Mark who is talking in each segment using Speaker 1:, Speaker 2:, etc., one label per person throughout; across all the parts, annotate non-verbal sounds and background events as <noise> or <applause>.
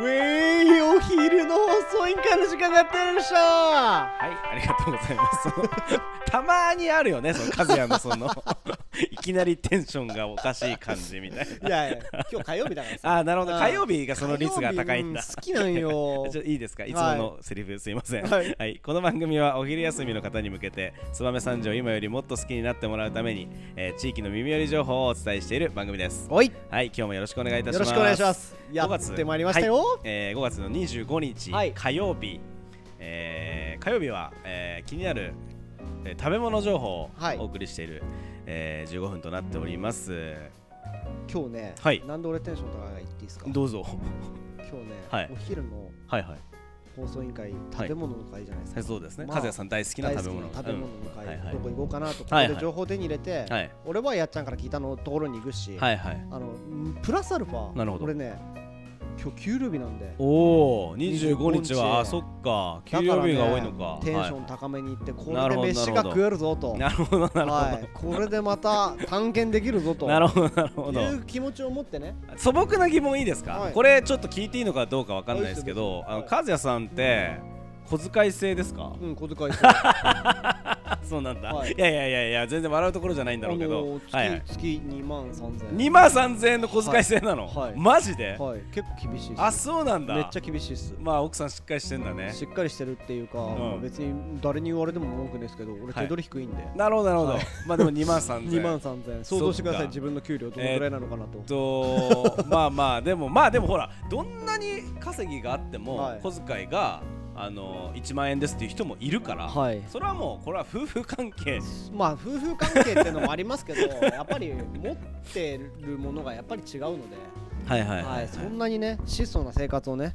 Speaker 1: ウェイお昼の遅いんかの時間になってるでしょ
Speaker 2: はい、ありがとうございます。 <laughs> たまにあるよね、その和也のその <laughs> いきなりテンションがおかしい感じみたい
Speaker 1: いやいや今日火曜日だから
Speaker 2: <laughs> な。あー、なるほ
Speaker 1: う
Speaker 2: ど。
Speaker 1: ん
Speaker 2: 火曜日がその率が高いんだ
Speaker 1: 火。曜日うん好きなんよ
Speaker 2: <laughs> ちょいいですかいつものセリフすいません、
Speaker 1: は
Speaker 2: はいいこの番組はお昼休みの方に向けて燕三条を今よりもっと好きになってもらうために、えー地域の耳寄り情報をお伝えしている番組です
Speaker 1: おいよ
Speaker 2: はい今日もよろしくお願いいたし
Speaker 1: ろ
Speaker 2: ま
Speaker 1: し
Speaker 2: す
Speaker 1: くお願いしますや
Speaker 2: 5月
Speaker 1: ってまいりましたよ、
Speaker 2: はいえー5月の25日、
Speaker 1: はい
Speaker 2: 火曜日、えー火曜日は、えー気になる、えー食べ物情報を
Speaker 1: はい
Speaker 2: お送りしている、えー15分となっております
Speaker 1: 今日ね、
Speaker 2: はい
Speaker 1: なんで俺テンション高いか言っていいですか
Speaker 2: どうぞ
Speaker 1: 今日ね、
Speaker 2: はい
Speaker 1: お昼の
Speaker 2: はいはい
Speaker 1: 放送委員会食べ物の会じゃないですか、
Speaker 2: はいそうですね、
Speaker 1: まあ
Speaker 2: 和也さん大好きな
Speaker 1: 大好
Speaker 2: 食
Speaker 1: き
Speaker 2: べ物
Speaker 1: な食べ物の会、
Speaker 2: うんはいはい
Speaker 1: どこ行こうかなとここ
Speaker 2: はい
Speaker 1: で
Speaker 2: はい
Speaker 1: 情報手に入れて、
Speaker 2: うんはい
Speaker 1: 俺はやっちゃんから聞いたのところに行くし、
Speaker 2: はいはい
Speaker 1: あのんプラスアルファ
Speaker 2: なるほど
Speaker 1: 俺ね今日給料日なんで
Speaker 2: おお25日は
Speaker 1: 25日
Speaker 2: あそっか給料日が多いのか
Speaker 1: だらねテンショ
Speaker 2: は
Speaker 1: ン高めにいって、こ
Speaker 2: な
Speaker 1: れで
Speaker 2: るほど
Speaker 1: 飯が食えるぞと
Speaker 2: いなるほどなるほど、
Speaker 1: はい、これでまた探検できるぞと
Speaker 2: なるほどなるほど
Speaker 1: いう気持ちを持ってね
Speaker 2: 素朴な疑問いいですか、
Speaker 1: はい
Speaker 2: これちょっと聞いていいのかどうかわかんないですけど、
Speaker 1: あいいで
Speaker 2: あの
Speaker 1: すよ
Speaker 2: 和也さんって小遣い制ですか、
Speaker 1: うん小遣いする
Speaker 2: あそうなんだ、
Speaker 1: はい
Speaker 2: い、やいやいやいや全然笑うところじゃ <laughs> ないんだろうけど、
Speaker 1: あのー月,、
Speaker 2: はいはい、
Speaker 1: 月2万3000円
Speaker 2: 2万3000円の小遣い制なの、
Speaker 1: はいはい
Speaker 2: マジで、
Speaker 1: はい結構厳しいっす
Speaker 2: あそうなんだ
Speaker 1: めっちゃ厳しいっす
Speaker 2: まあ奥さんしっかりしてんだね
Speaker 1: しっかりしてるっていうか、まあ別に誰に言われても文句ですけど俺手取り低いんで、
Speaker 2: なるほどなるほど、
Speaker 1: はい
Speaker 2: まあでも2万3000円
Speaker 1: <laughs> 2万3000円想像してくださ
Speaker 2: そ
Speaker 1: い
Speaker 2: っか
Speaker 1: 自分の給料どのぐらいなのかなと、
Speaker 2: とまあまあでもまあでもほらどんなに稼ぎがあって
Speaker 1: は
Speaker 2: も
Speaker 1: い
Speaker 2: 小遣いが、あの1万円ですっていう人もいるから、
Speaker 1: はい
Speaker 2: それはもうこれは夫婦関係
Speaker 1: まあ夫婦関係ってのもありますけどやっぱり持ってるものがやっぱり違うので、
Speaker 2: はいは
Speaker 1: はいそんなにね質素な生活をね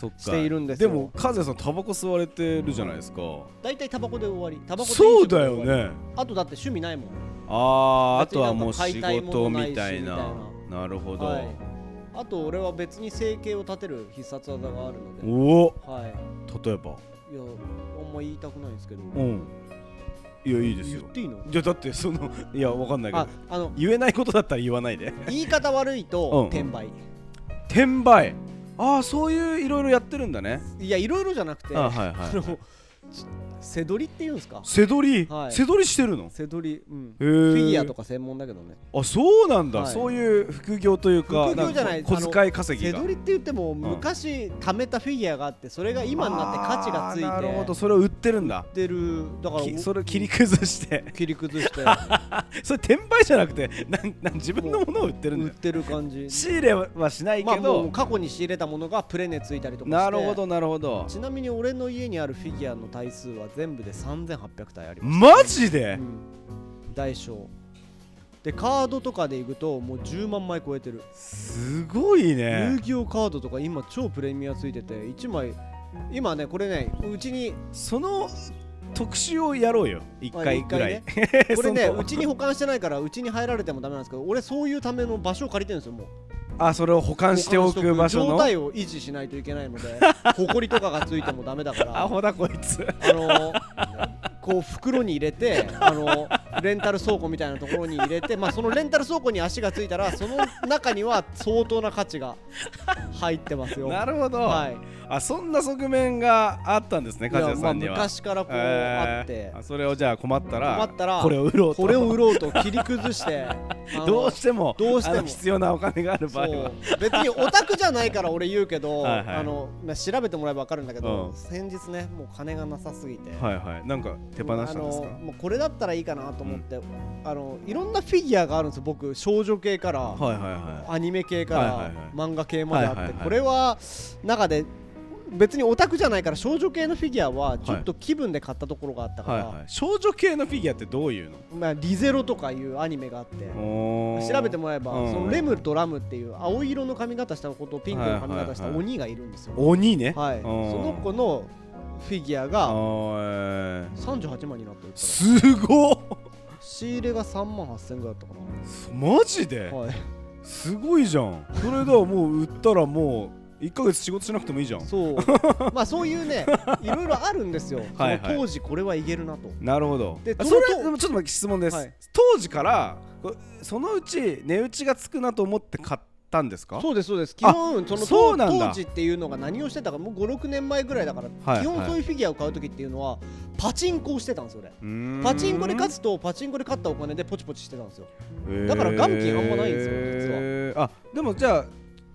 Speaker 2: そっか
Speaker 1: しているんですよ
Speaker 2: でも和也さんタバコ吸われてるじゃないですか
Speaker 1: 大体タバコで終わりタバコで
Speaker 2: そうだよ
Speaker 1: 飲食で終わり
Speaker 2: ね
Speaker 1: あとだって趣味ないもん
Speaker 2: あーあ
Speaker 1: 別に
Speaker 2: とはもう
Speaker 1: なんか買
Speaker 2: 仕
Speaker 1: いたいもの
Speaker 2: 事
Speaker 1: ないし
Speaker 2: みたいな
Speaker 1: みたい
Speaker 2: なるほど、
Speaker 1: はいあと俺は別に生計を立てる必殺技があるので
Speaker 2: おお
Speaker 1: はい
Speaker 2: 例えば
Speaker 1: いやあんま言いたくないんですけど
Speaker 2: うんいやいいです
Speaker 1: 言
Speaker 2: よ
Speaker 1: っていいの
Speaker 2: いやだってそのいやわかんないけ
Speaker 1: あ
Speaker 2: ど
Speaker 1: あの
Speaker 2: 言えないことだったら言わないで
Speaker 1: 言い方悪いと
Speaker 2: うん
Speaker 1: 転売、
Speaker 2: 転売ああそういういろいろやってるんだね
Speaker 1: いやいろいろじゃなくて
Speaker 2: あはいはい
Speaker 1: あのち背取りっていうんですか
Speaker 2: 背取り、
Speaker 1: はい
Speaker 2: 背取りしてるの
Speaker 1: 背取り、うん、
Speaker 2: へ
Speaker 1: フ
Speaker 2: え
Speaker 1: ィギュアとか専門だけどね
Speaker 2: あそうなんだ、
Speaker 1: はい
Speaker 2: そういう副業というか
Speaker 1: 副業じゃない
Speaker 2: んか小遣い稼ぎ
Speaker 1: 背
Speaker 2: が
Speaker 1: 取りって言っても昔貯めたフィギュアがあってそれが今になって価値がついて
Speaker 2: あーなるほどそれを売ってるんだ
Speaker 1: 売ってるだから
Speaker 2: きそれを切り崩して
Speaker 1: 切り崩
Speaker 2: <laughs>
Speaker 1: して
Speaker 2: それ転売じゃなくてなんなん自分のものを売ってるん
Speaker 1: 売
Speaker 2: だ
Speaker 1: っ
Speaker 2: よ
Speaker 1: てる感じ
Speaker 2: 仕入れはしない
Speaker 1: まあ
Speaker 2: け
Speaker 1: も
Speaker 2: ど、
Speaker 1: う過去に仕入れたものがプレネついたりとかして
Speaker 2: なるほどなるほど
Speaker 1: ちなみに俺の家にあるフィギュアの体数は全部で3800体あります、
Speaker 2: マジで、
Speaker 1: うん、大小でカードとかでいくともう10万枚超えてる
Speaker 2: すごい
Speaker 1: 遊
Speaker 2: ね
Speaker 1: 戯王カードとか今超プレミアついてて1枚今ねこれねうち
Speaker 2: <laughs>
Speaker 1: に
Speaker 2: その特集をやろうよ一
Speaker 1: まあ
Speaker 2: 回
Speaker 1: 一
Speaker 2: ぐらい、
Speaker 1: ね <laughs> これね
Speaker 2: その
Speaker 1: うちに保管してないからうちに入られてもダメなんですけど俺そういうための場所を借りてるんですよもう
Speaker 2: あそれを保管しておく場所
Speaker 1: 状
Speaker 2: の
Speaker 1: 態を維持しないといけないの
Speaker 2: <laughs>
Speaker 1: で埃とかがついてもダメだから
Speaker 2: アホだこいつ
Speaker 1: あのこう袋に入れてあのレンタル倉庫みたいなところに入れて、まあ、そのレンタル倉庫に足がついたらその中には相当な価値が入ってますよ。
Speaker 2: なるほど、
Speaker 1: はい、
Speaker 2: あそんな側面があったんですね
Speaker 1: い
Speaker 2: 和
Speaker 1: や
Speaker 2: 也
Speaker 1: ま
Speaker 2: さ
Speaker 1: あ
Speaker 2: んには、
Speaker 1: 昔からこうあって、
Speaker 2: えーあそれをじゃあ困ったら
Speaker 1: 困ったら
Speaker 2: これを売ろうと
Speaker 1: これを売ろうと切り崩して
Speaker 2: <laughs>
Speaker 1: あの
Speaker 2: どうしても
Speaker 1: どうしても
Speaker 2: あの必要なお金がある場合
Speaker 1: そう
Speaker 2: は
Speaker 1: 別にオタクじゃないから俺言うけど
Speaker 2: はいはい
Speaker 1: あの、まあ、調べてもらえば分かるんだけど、
Speaker 2: うん
Speaker 1: 先日ねもう金がなさすぎて、
Speaker 2: はいはいなんか手放したんですか
Speaker 1: あのもうこれだったらいいかなと思って、あのいろんなフィギュアがあるんですよ僕少女系から、
Speaker 2: はいはいは
Speaker 1: アニメ系から、
Speaker 2: はいはいはい
Speaker 1: 漫画系まであって、
Speaker 2: はいはいはい
Speaker 1: これは中で別にオタクじゃないから少女系のフィギュアはちょっと気分で買ったところがあった
Speaker 2: い
Speaker 1: から、
Speaker 2: はいはい少女系のフィギュアってどういう
Speaker 1: まあ、リゼロとかいうアニメがあって。
Speaker 2: のおー
Speaker 1: 調べてもらえば、
Speaker 2: うん
Speaker 1: そのレムとラムっていう青色の髪型した子とピンクの髪型した
Speaker 2: はいはいはい
Speaker 1: 鬼がいるんですよ、
Speaker 2: 鬼ね
Speaker 1: はい
Speaker 2: うん
Speaker 1: その子のフィギュアが
Speaker 2: おーい
Speaker 1: 38万になってるから
Speaker 2: すごっ
Speaker 1: 仕入れが3万8000円ぐらいだったか
Speaker 2: マジで
Speaker 1: な、
Speaker 2: <laughs>
Speaker 1: はい、
Speaker 2: すごいじゃんそれだもう売ったらもう1ヶ月仕事しなくてもいいじゃん
Speaker 1: そうまあそういう
Speaker 2: <laughs>
Speaker 1: ねいろいろあるんですよ
Speaker 2: はいはい
Speaker 1: その当時これはいけるなと
Speaker 2: なるほど
Speaker 1: で
Speaker 2: あ
Speaker 1: そ
Speaker 2: そ
Speaker 1: の
Speaker 2: れ
Speaker 1: と
Speaker 2: でもちょっと待って質問です、
Speaker 1: はい
Speaker 2: 当時からこそのうち値打ちがつくなと思って買っったんですか
Speaker 1: そうですそうです基本その
Speaker 2: そう
Speaker 1: 当
Speaker 2: なんだ
Speaker 1: 当時っていうのが何をしてたかもう56年前ぐらいだから、
Speaker 2: はい
Speaker 1: 基本
Speaker 2: はい
Speaker 1: そういうフィギュアを買う時っていうのはパチンコをしてたんですよ俺
Speaker 2: うーん
Speaker 1: パチンコで勝つとパチンコで勝ったお金でポチポチしてたんですよ
Speaker 2: へー
Speaker 1: だから元金あんまないんですよ
Speaker 2: あでもじゃあ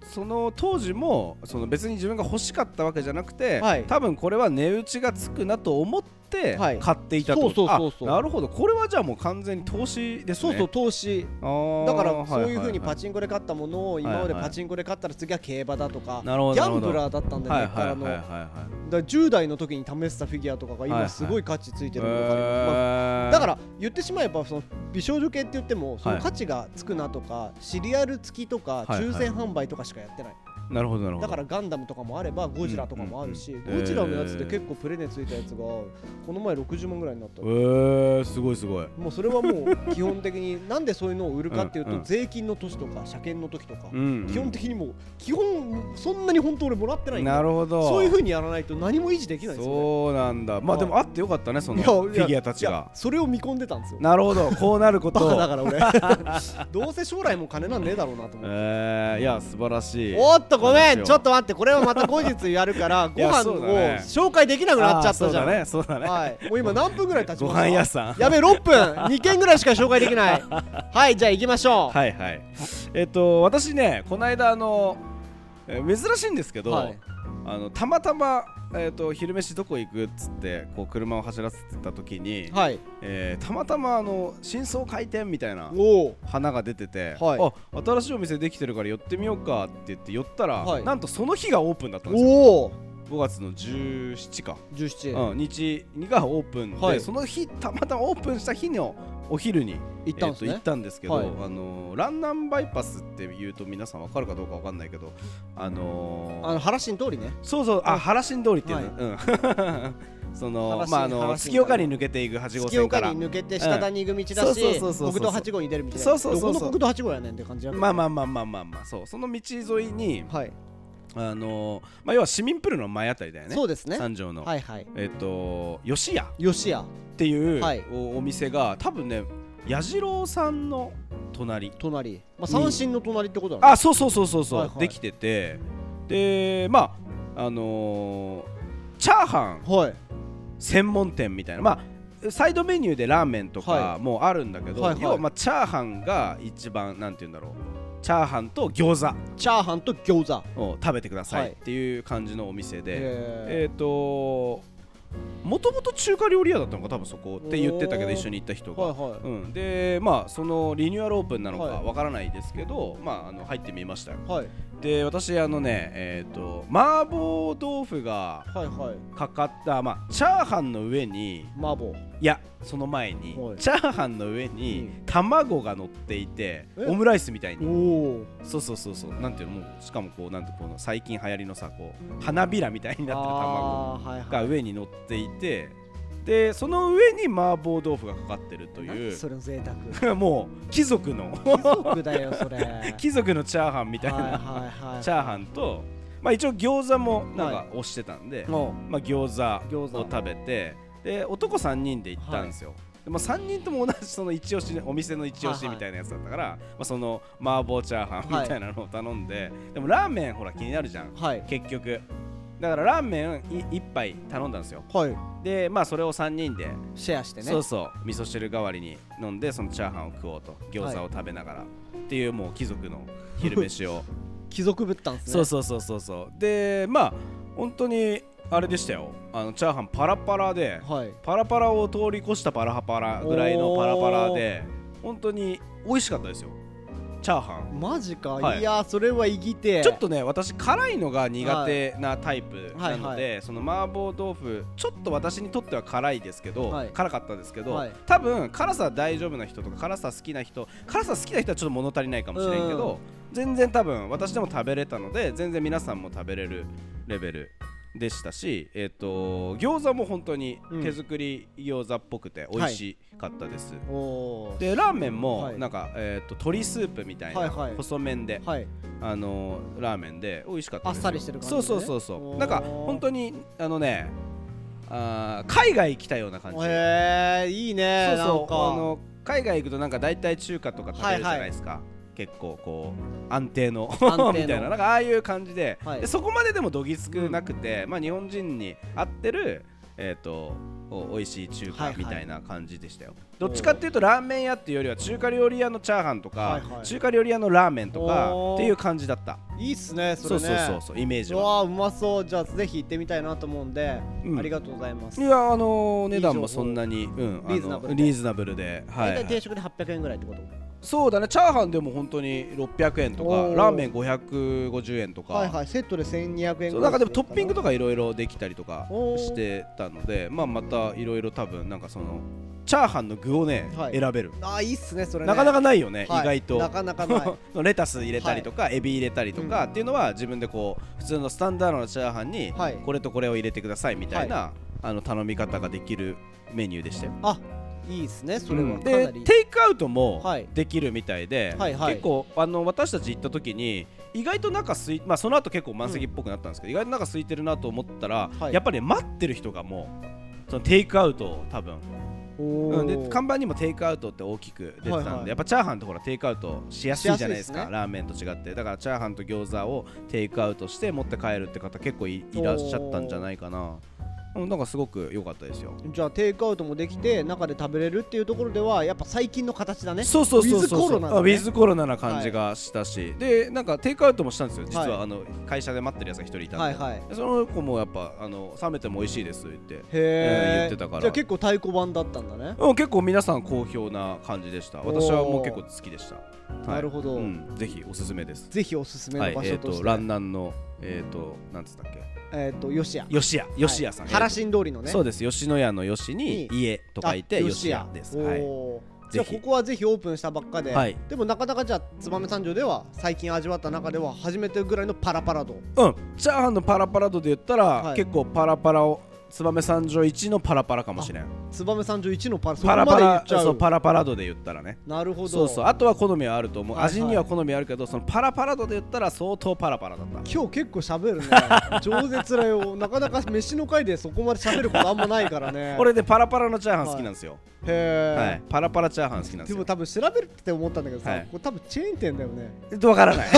Speaker 2: その当時もその別に自分が欲しかったわけじゃなくて、
Speaker 1: はい
Speaker 2: 多分これは値打ちがつくなと思って
Speaker 1: はい
Speaker 2: 買っていたってこと、
Speaker 1: そうそうそうそう
Speaker 2: あなるほどこれはじゃあもう完全に投資です
Speaker 1: そ
Speaker 2: ね
Speaker 1: うそう投資
Speaker 2: あー
Speaker 1: だからそういうふうにパ
Speaker 2: チ
Speaker 1: チンコで勝ったものを今までパチンコで勝ったら次は競馬だとかギ
Speaker 2: なるほどなる
Speaker 1: ャ
Speaker 2: ほ
Speaker 1: ン
Speaker 2: ど
Speaker 1: ブラーだったんだ
Speaker 2: はい
Speaker 1: よね
Speaker 2: はい
Speaker 1: だか
Speaker 2: は
Speaker 1: ら
Speaker 2: い
Speaker 1: の
Speaker 2: はい
Speaker 1: だか
Speaker 2: はい
Speaker 1: ら10代の時に試したフィギュアとかが
Speaker 2: はいは
Speaker 1: 今
Speaker 2: い
Speaker 1: すごい価値ついてるのが分かりますまあ
Speaker 2: えー
Speaker 1: だから言ってしまえばその美少女系って言ってもそ
Speaker 2: は
Speaker 1: の
Speaker 2: い
Speaker 1: 価値がつくなとか、シリアル付きとか
Speaker 2: はいはい
Speaker 1: 抽選販売とかしかやってない、
Speaker 2: なるほどなるほど
Speaker 1: だからガンダムとかもあればゴジラとかもあるし、
Speaker 2: うんうんうん
Speaker 1: ゴジラのやつって結構プレネついたやつがこの前60万ぐらいになった、
Speaker 2: えー、すごいすごい
Speaker 1: もうそれはも
Speaker 2: <laughs>
Speaker 1: う基本的になんでそういうのを売るかっていう
Speaker 2: うん
Speaker 1: と
Speaker 2: うん
Speaker 1: 税金の年とか車検の時とか、
Speaker 2: うんうん
Speaker 1: 基本的にもう基本そんなに本当俺もらってないんだ
Speaker 2: なるほど
Speaker 1: そういうふうにやらないと何も維持できないんですよ、ね、
Speaker 2: そうなんだまあでもあってよかったねその
Speaker 1: い
Speaker 2: フ
Speaker 1: やいや
Speaker 2: ィギュアたち
Speaker 1: いや
Speaker 2: が
Speaker 1: それを見込んでたんですよ
Speaker 2: なるほどこうなること
Speaker 1: バカだ
Speaker 2: を
Speaker 1: から俺 <laughs> どうせ将来も金なんねえだろうなと思って。
Speaker 2: えー、いや素晴らしい
Speaker 1: おっとごめんちょっ
Speaker 2: と
Speaker 1: と待ってこれはまた後日やるからご飯
Speaker 2: そう
Speaker 1: を
Speaker 2: だね
Speaker 1: 紹介できなくなっちゃったじゃん、
Speaker 2: ねそうだね、
Speaker 1: はいもう今何分ぐらい経ち
Speaker 2: ご
Speaker 1: ま
Speaker 2: 飯屋
Speaker 1: した
Speaker 2: さん
Speaker 1: やべ6分2件ぐらいしか紹介でき
Speaker 2: <laughs>
Speaker 1: ないはいじゃあ行きましょう、
Speaker 2: はいはいえっと私ねこの間あのえー珍しいんですけど、
Speaker 1: はい
Speaker 2: あのたまたま、えっと昼飯どこ行くっつってこう車を走らせてた時に、
Speaker 1: はい
Speaker 2: えーたまたまあの新装開店みたいな
Speaker 1: おお
Speaker 2: 花が出てて、
Speaker 1: はい
Speaker 2: あ新しいお店できてるから寄ってみようかって言って寄ったら、
Speaker 1: はい
Speaker 2: なんとその日がオープンだったんですよ
Speaker 1: おお
Speaker 2: 5月の17か、
Speaker 1: 17
Speaker 2: うん、日がオープンで、
Speaker 1: はい
Speaker 2: その日たまたまオープンした日のお昼に
Speaker 1: 行ったんです
Speaker 2: えーと行
Speaker 1: ね
Speaker 2: っ、たんですけど、
Speaker 1: はい
Speaker 2: あのーランナンバイパスっていうと皆さんわかるかどうかわかんないけどあのー
Speaker 1: あの原新通りね
Speaker 2: そうそうあ原新通りっていうの、うん <laughs> その
Speaker 1: 原新
Speaker 2: まああの
Speaker 1: 原新
Speaker 2: 月岡に抜けていく8号
Speaker 1: 月
Speaker 2: 線か
Speaker 1: 岡
Speaker 2: ら
Speaker 1: に抜けて下谷行く道
Speaker 2: う
Speaker 1: だ
Speaker 2: ん
Speaker 1: し
Speaker 2: そうそうそうそうそう
Speaker 1: 国道8号に出るみたいな
Speaker 2: そうそうそうそう
Speaker 1: どこの国道8号やねんって感じだけど
Speaker 2: まあまあまあまあまあまあそうその道沿いに
Speaker 1: はい、
Speaker 2: あのーまあ要は市民プールの前あたりだよね
Speaker 1: そうですね
Speaker 2: 三条の、
Speaker 1: はいはい
Speaker 2: えっ、と吉屋
Speaker 1: 吉屋
Speaker 2: っていう
Speaker 1: はい
Speaker 2: おお店が多分ね矢次郎さんの隣
Speaker 1: 隣、まあ、三振の隣ってことなの
Speaker 2: あそうそうそうそうそう、
Speaker 1: はいはい
Speaker 2: できててでまああのーチャーハン
Speaker 1: はい
Speaker 2: 専門店みたいなまあサイドメニューでラーメンとか
Speaker 1: は
Speaker 2: もうあるんだけど、
Speaker 1: はいはい
Speaker 2: 要はまあチャーハンが一番なんて言うんだろうチャーハンと餃
Speaker 1: チャーハンと餃子
Speaker 2: 子を食べてくださ
Speaker 1: はいい
Speaker 2: っていう感じのお店で、
Speaker 1: え
Speaker 2: えっ、ともともと中華料理屋だったのか多分そこって言ってたけど
Speaker 1: おー
Speaker 2: 一緒に行った人
Speaker 1: ー
Speaker 2: が、
Speaker 1: はいはい、
Speaker 2: うん、でまあそのリニューアルオープンなのか
Speaker 1: はい
Speaker 2: わからないですけど、まああの入ってみましたよ
Speaker 1: はい
Speaker 2: で私あのねえっ、と麻婆豆腐が
Speaker 1: はいはい
Speaker 2: かかったまあチャーハンの上に
Speaker 1: 麻婆
Speaker 2: いやその前に
Speaker 1: はい
Speaker 2: チャーハンの上に
Speaker 1: う
Speaker 2: 卵が乗っていて
Speaker 1: え
Speaker 2: オムライスみたいに
Speaker 1: おお
Speaker 2: そうそうそうそうなんていうのもうしかもこうなんてこの最近流行りのさこう花びらみたいになってる卵
Speaker 1: あーはいはい
Speaker 2: が上に乗っていてでその上に麻婆豆腐がかかってると
Speaker 1: なん
Speaker 2: い
Speaker 1: で
Speaker 2: う
Speaker 1: それの贅沢
Speaker 2: <laughs> もう貴族の <laughs>
Speaker 1: 貴族だよそれ
Speaker 2: 貴族のチャーハンみたいな、
Speaker 1: はいはいはい
Speaker 2: <laughs> チャーハンと、まあ、一応餃子もなん
Speaker 1: は
Speaker 2: か押してたんで、
Speaker 1: おう
Speaker 2: まあ、餃子を
Speaker 1: 餃子
Speaker 2: 食べてで男3人で行ったんですよ、でまあ、3人とも同じその一押しねお店の一押しみたいなやつだったから、まあ、その麻婆チャーハンみたいなのを頼んで、でもラーメンほら気になるじゃん
Speaker 1: はい
Speaker 2: 結局だからラーメン1杯頼んだんですよ
Speaker 1: はい
Speaker 2: でまあそれを3人で
Speaker 1: シェアしてね
Speaker 2: そうそう味噌汁代わりに飲んでそのチャーハンを食おうと餃子を食べながら、っていうもう貴族の昼飯を
Speaker 1: 貴族ぶったんすね
Speaker 2: <laughs> そうそうそうそうそうでまあ本当にあれでしたよあのチャーハンパラパラで
Speaker 1: はい
Speaker 2: パラパラを通り越したパラパラぐらいのパラパラで本当に美味しかったですよチャーハン
Speaker 1: マジか、
Speaker 2: はい
Speaker 1: い、やーそれはイギて
Speaker 2: ちょっとね私辛いのが苦手なタイプなので、
Speaker 1: はい
Speaker 2: その麻婆豆腐ちょっと私にとっては辛いですけど、
Speaker 1: はい
Speaker 2: 辛かったですけど、
Speaker 1: はい
Speaker 2: 多分辛さ大丈夫な人とか辛さ好きな人辛さ好きな人はちょっと物足りないかもしれんけど、全然多分私でも食べれたので全然皆さんも食べれるレベルでしたし、えっと餃子も本当に
Speaker 1: うん
Speaker 2: 手作り餃子っぽくて美味しかったです。
Speaker 1: おー
Speaker 2: でラーメンも
Speaker 1: はい
Speaker 2: なんか、えっと鶏スープみたい
Speaker 1: は
Speaker 2: ない
Speaker 1: はい
Speaker 2: 細麺で
Speaker 1: はい
Speaker 2: あのラーメンで美味しかった
Speaker 1: あ
Speaker 2: で
Speaker 1: っ
Speaker 2: すよ
Speaker 1: さりしてる感じ、
Speaker 2: そ
Speaker 1: ね、
Speaker 2: うそうそうそうなんか本
Speaker 1: に
Speaker 2: 当にあのねあー海外来たような感じそう
Speaker 1: へえいいね
Speaker 2: そうあ
Speaker 1: なんか
Speaker 2: の海外行くとなんか大体中華とか食べるじゃないですか、結構こう安定の
Speaker 1: 定の
Speaker 2: <laughs> みたいななんかああいう感じで,、
Speaker 1: はい
Speaker 2: でそこまででもどぎつくなくて、まあ、日本人に合ってる、えー、とお美味しい
Speaker 1: は
Speaker 2: 中
Speaker 1: い
Speaker 2: 華
Speaker 1: はい
Speaker 2: みたいな感じでしたよ、どっちかっていうとラーメン屋っていうよりは中華料理屋のチャーハンとか、
Speaker 1: はいはい
Speaker 2: 中華料理屋のラーメンとか
Speaker 1: おー
Speaker 2: っていう感じだった
Speaker 1: いいっすねそ
Speaker 2: そ
Speaker 1: れ
Speaker 2: う
Speaker 1: ね
Speaker 2: そうそうそうイメージ
Speaker 1: う
Speaker 2: は
Speaker 1: わーうまそうじゃあぜひ行ってみたいなと思うんで、
Speaker 2: うん
Speaker 1: ありがとうございます
Speaker 2: いやあのー値段もそんなにうんあの
Speaker 1: リーズナブルで
Speaker 2: リーズナブルではい
Speaker 1: 大体定食で800円ぐらいってこと
Speaker 2: そうだねチャーハンでも本当に600円とか
Speaker 1: おー
Speaker 2: ラーメン550円とか、
Speaker 1: はいはいセットで1200円
Speaker 2: そ
Speaker 1: ぐ
Speaker 2: う
Speaker 1: ら
Speaker 2: ないんかでもトッピング
Speaker 1: と
Speaker 2: とかいろいろできたりとか
Speaker 1: おー
Speaker 2: してたので、まあ、またいろいろ多分なんかそのチャーハンの具をね、
Speaker 1: はい
Speaker 2: 選べる、
Speaker 1: あーいいっすねそれね
Speaker 2: なかなかないよね、
Speaker 1: はい
Speaker 2: 意外と
Speaker 1: なかなか
Speaker 2: <laughs>
Speaker 1: ない
Speaker 2: レタス入れたりとか、エビ入れたりとかっていうのは自分でこう普通のスタンダードのチャーハンに
Speaker 1: はい
Speaker 2: これとこれを入れてくださいみたいな、あの頼み方ができるメニューでしたよ。
Speaker 1: あいいっすねそれ
Speaker 2: う
Speaker 1: は
Speaker 2: ん
Speaker 1: か
Speaker 2: で
Speaker 1: なり、
Speaker 2: テイクアウトも
Speaker 1: はい
Speaker 2: できるみたいで、
Speaker 1: はいはい
Speaker 2: 結構あの私たち行った時に意外となんかすい、まあ、その後結構満席っぽくなったんですけど、意外となんか空いてるなと思ったら、
Speaker 1: はい
Speaker 2: やっぱり待ってる人がもうそのテイクアウトを多分、
Speaker 1: おー
Speaker 2: うん、で看板にもテイクアウトって大きく出てたんで、
Speaker 1: はいはい
Speaker 2: やっぱチャーハンってほらテイクアウトしやすいじゃないです
Speaker 1: しやすいです
Speaker 2: か
Speaker 1: ね
Speaker 2: ラーメンと違ってだからチャーハンと餃子をテイクアウトして持って帰るって方結構いいらっしゃったんじゃないかな、うん、なんかすごく良かったですよ。
Speaker 1: じゃあテイクアウトもできて中で食べれるっていうところではやっぱ最近の形だね
Speaker 2: そうそうそうそう
Speaker 1: ウィズコロナだね
Speaker 2: あウィズコロナな感じがしたし、でなんかテイクアウトもしたんですよ実は、
Speaker 1: はい
Speaker 2: あの会社で待ってるやつが一人いたんで、
Speaker 1: はいはい
Speaker 2: でその子もやっぱあの冷めても美味しいですって言って
Speaker 1: へえ
Speaker 2: えー言ってたから
Speaker 1: じゃあ結構太鼓判だったんだね、
Speaker 2: うん、結構皆さん好評な感じでした
Speaker 1: おー
Speaker 2: 私はもう結構好きでした、はい
Speaker 1: なるほど、
Speaker 2: うん、ぜひおすすめです
Speaker 1: ぜひおすすめ
Speaker 2: は
Speaker 1: の
Speaker 2: い
Speaker 1: 場
Speaker 2: え
Speaker 1: 所
Speaker 2: っ、
Speaker 1: とし
Speaker 2: と
Speaker 1: て、
Speaker 2: ランナンのえっ、となんつったっけ
Speaker 1: えっ、と吉屋
Speaker 2: 吉屋吉屋さん、
Speaker 1: はい原新通りのね
Speaker 2: そうです吉野家の吉に
Speaker 1: に
Speaker 2: 家と書いて吉屋です
Speaker 1: お
Speaker 2: はい
Speaker 1: ーじゃあ
Speaker 2: ぜひ
Speaker 1: ここはぜひオープンしたばっかで、
Speaker 2: はい
Speaker 1: でもなかなかじゃあ燕三条では最近味わった中では初めてぐらいのパラパラ度
Speaker 2: うん、チャーハンのパラパラ度で言ったら、
Speaker 1: はい
Speaker 2: 結構パラパラを燕三条一のパラパラかもしれん
Speaker 1: 燕三条一のパラ
Speaker 2: パ
Speaker 1: そこま
Speaker 2: ラパ
Speaker 1: で言っ
Speaker 2: ラ
Speaker 1: ちゃう
Speaker 2: そうパラパラ度で言ったらね
Speaker 1: なるほど
Speaker 2: そうそうあとは好みはあると思う、
Speaker 1: はいはい
Speaker 2: 味には好みあるけどそのパラパラ度で言ったら相当パラパラだった
Speaker 1: 今日結構喋るね饒舌だよなかなか飯の回でそこまで喋ることあんまないからね
Speaker 2: <laughs> 俺でパラパラのチャーハン好きなんですよ、
Speaker 1: へえ、
Speaker 2: はい、パラパラチャーハン好きなんです
Speaker 1: でも
Speaker 2: よ
Speaker 1: 多分調べるって思ったんだけどさ、
Speaker 2: はい
Speaker 1: これ多分チェーン店だよね
Speaker 2: えっとわから <laughs> ないい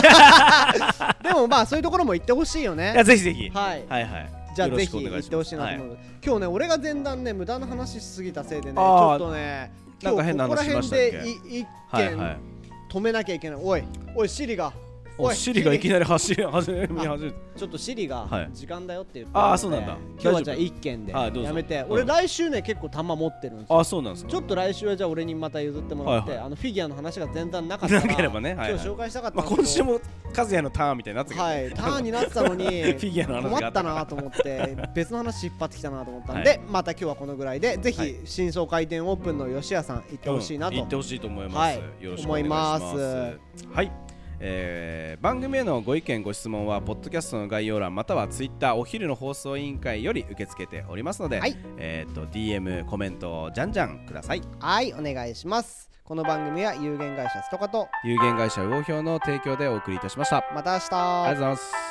Speaker 1: でもまあそういうところも行ってほしいよね
Speaker 2: やぜひぜひ、
Speaker 1: はい
Speaker 2: はいはい
Speaker 1: じゃあ
Speaker 2: よろ
Speaker 1: ぜ
Speaker 2: しく
Speaker 1: ひ
Speaker 2: お願い
Speaker 1: 行ってほしいなと思
Speaker 2: ま
Speaker 1: う、今日ね俺が前段ね無駄な話しすぎたせいでねちょ
Speaker 2: あ
Speaker 1: っ
Speaker 2: ー
Speaker 1: とね
Speaker 2: なんか変な話
Speaker 1: 今日ここら
Speaker 2: しま
Speaker 1: 辺でい
Speaker 2: し
Speaker 1: 一
Speaker 2: すはい、はいはい
Speaker 1: 件止めなきゃいけない、おいおいシリが
Speaker 2: おシリがいき
Speaker 1: シ
Speaker 2: なり走り始め始め
Speaker 1: リちょっとシリが
Speaker 2: はい
Speaker 1: 時間だよって言って、
Speaker 2: あーそうなんだ
Speaker 1: 今日はじゃあ
Speaker 2: 大丈夫
Speaker 1: 一件で
Speaker 2: はいどうぞ
Speaker 1: やめて、
Speaker 2: うん
Speaker 1: 俺来週ね結構玉持ってるんですよ
Speaker 2: あそうなんですか
Speaker 1: ちょっと来週はじゃあ俺にまた譲ってもらって、
Speaker 2: はいは
Speaker 1: あのフィギュアの話が前段なかったから
Speaker 2: なければねはいはい
Speaker 1: 今日紹介したかったん
Speaker 2: まあ、
Speaker 1: ですけど
Speaker 2: 今週も和也のターンみたいになってたけどね
Speaker 1: はい、ターンになってたのに
Speaker 2: <laughs> フィギュアの話があ
Speaker 1: 困
Speaker 2: っ
Speaker 1: ったた
Speaker 2: から
Speaker 1: なと思って別の話引っ張ってきたなと思ったんで、
Speaker 2: はい
Speaker 1: また今日はこのぐらいでぜ
Speaker 2: は
Speaker 1: ひ
Speaker 2: い
Speaker 1: 新装開店オープンの吉谷さん行ってほしいなと、
Speaker 2: うん行ってほしいと思います、
Speaker 1: はい
Speaker 2: よろしくお願いします
Speaker 1: 思いま
Speaker 2: はいえー番組へのご意見ご質問はポッドキャストの概要欄またはツイッターお昼の放送委員会より受け付けておりますので、
Speaker 1: はい
Speaker 2: えっ、と DM コメントをじゃんじゃんください
Speaker 1: はいお願いしますこの番組は有限会社ストカと
Speaker 2: 有限会社魚評の提供でお送りいたしましたあ
Speaker 1: また明日
Speaker 2: りがとうございます